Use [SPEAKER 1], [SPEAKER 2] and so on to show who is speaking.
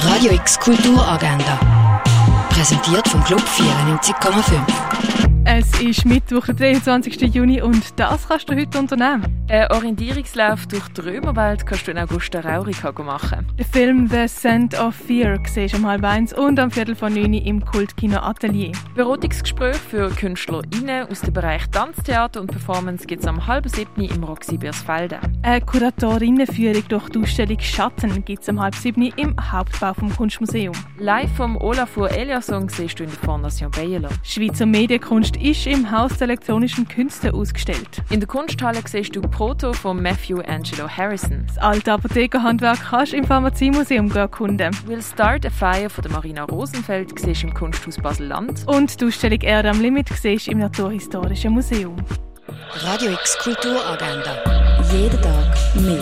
[SPEAKER 1] Radio X Kulturagenda. Präsentiert vom Club 94,5.
[SPEAKER 2] Es ist Mittwoch, der 23. Juni und das kannst du heute unternehmen.
[SPEAKER 3] Ein Äh, Orientierungslauf durch den Römerwald kannst du in Augusta Raurica machen.
[SPEAKER 2] Den Film «The Scent of Fear» siehst du um halb eins und am Viertel von neun im Kultkino Atelier.
[SPEAKER 3] Beratungsgespräche für KünstlerInnen aus dem Bereich Tanztheater und Performance gibt es am halb siebten im Roxy Biersfelden.
[SPEAKER 2] Eine Kuratorinnenführung durch die Ausstellung «Schatten» gibt es am halb siebten im Hauptbau vom Kunstmuseum.
[SPEAKER 3] Live vom Olafur Eliasson siehst du in der Fondation Bayerlo.
[SPEAKER 2] Schweizer Medienkunst ist im Haus der elektronischen Künste ausgestellt.
[SPEAKER 3] In der Kunsthalle siehst du Proto von Matthew Angelo Harrison.
[SPEAKER 2] Das alte Apothekerhandwerk kannst du im Pharmaziemuseum erkunden.
[SPEAKER 3] Will Start a Fire von der Marina Rosenfeld siehst du im Kunsthaus Basel-Land.
[SPEAKER 2] Und die Ausstellung Erde am Limit siehst du im Naturhistorischen Museum.
[SPEAKER 1] Radio X Kulturagenda. Jeden Tag mehr.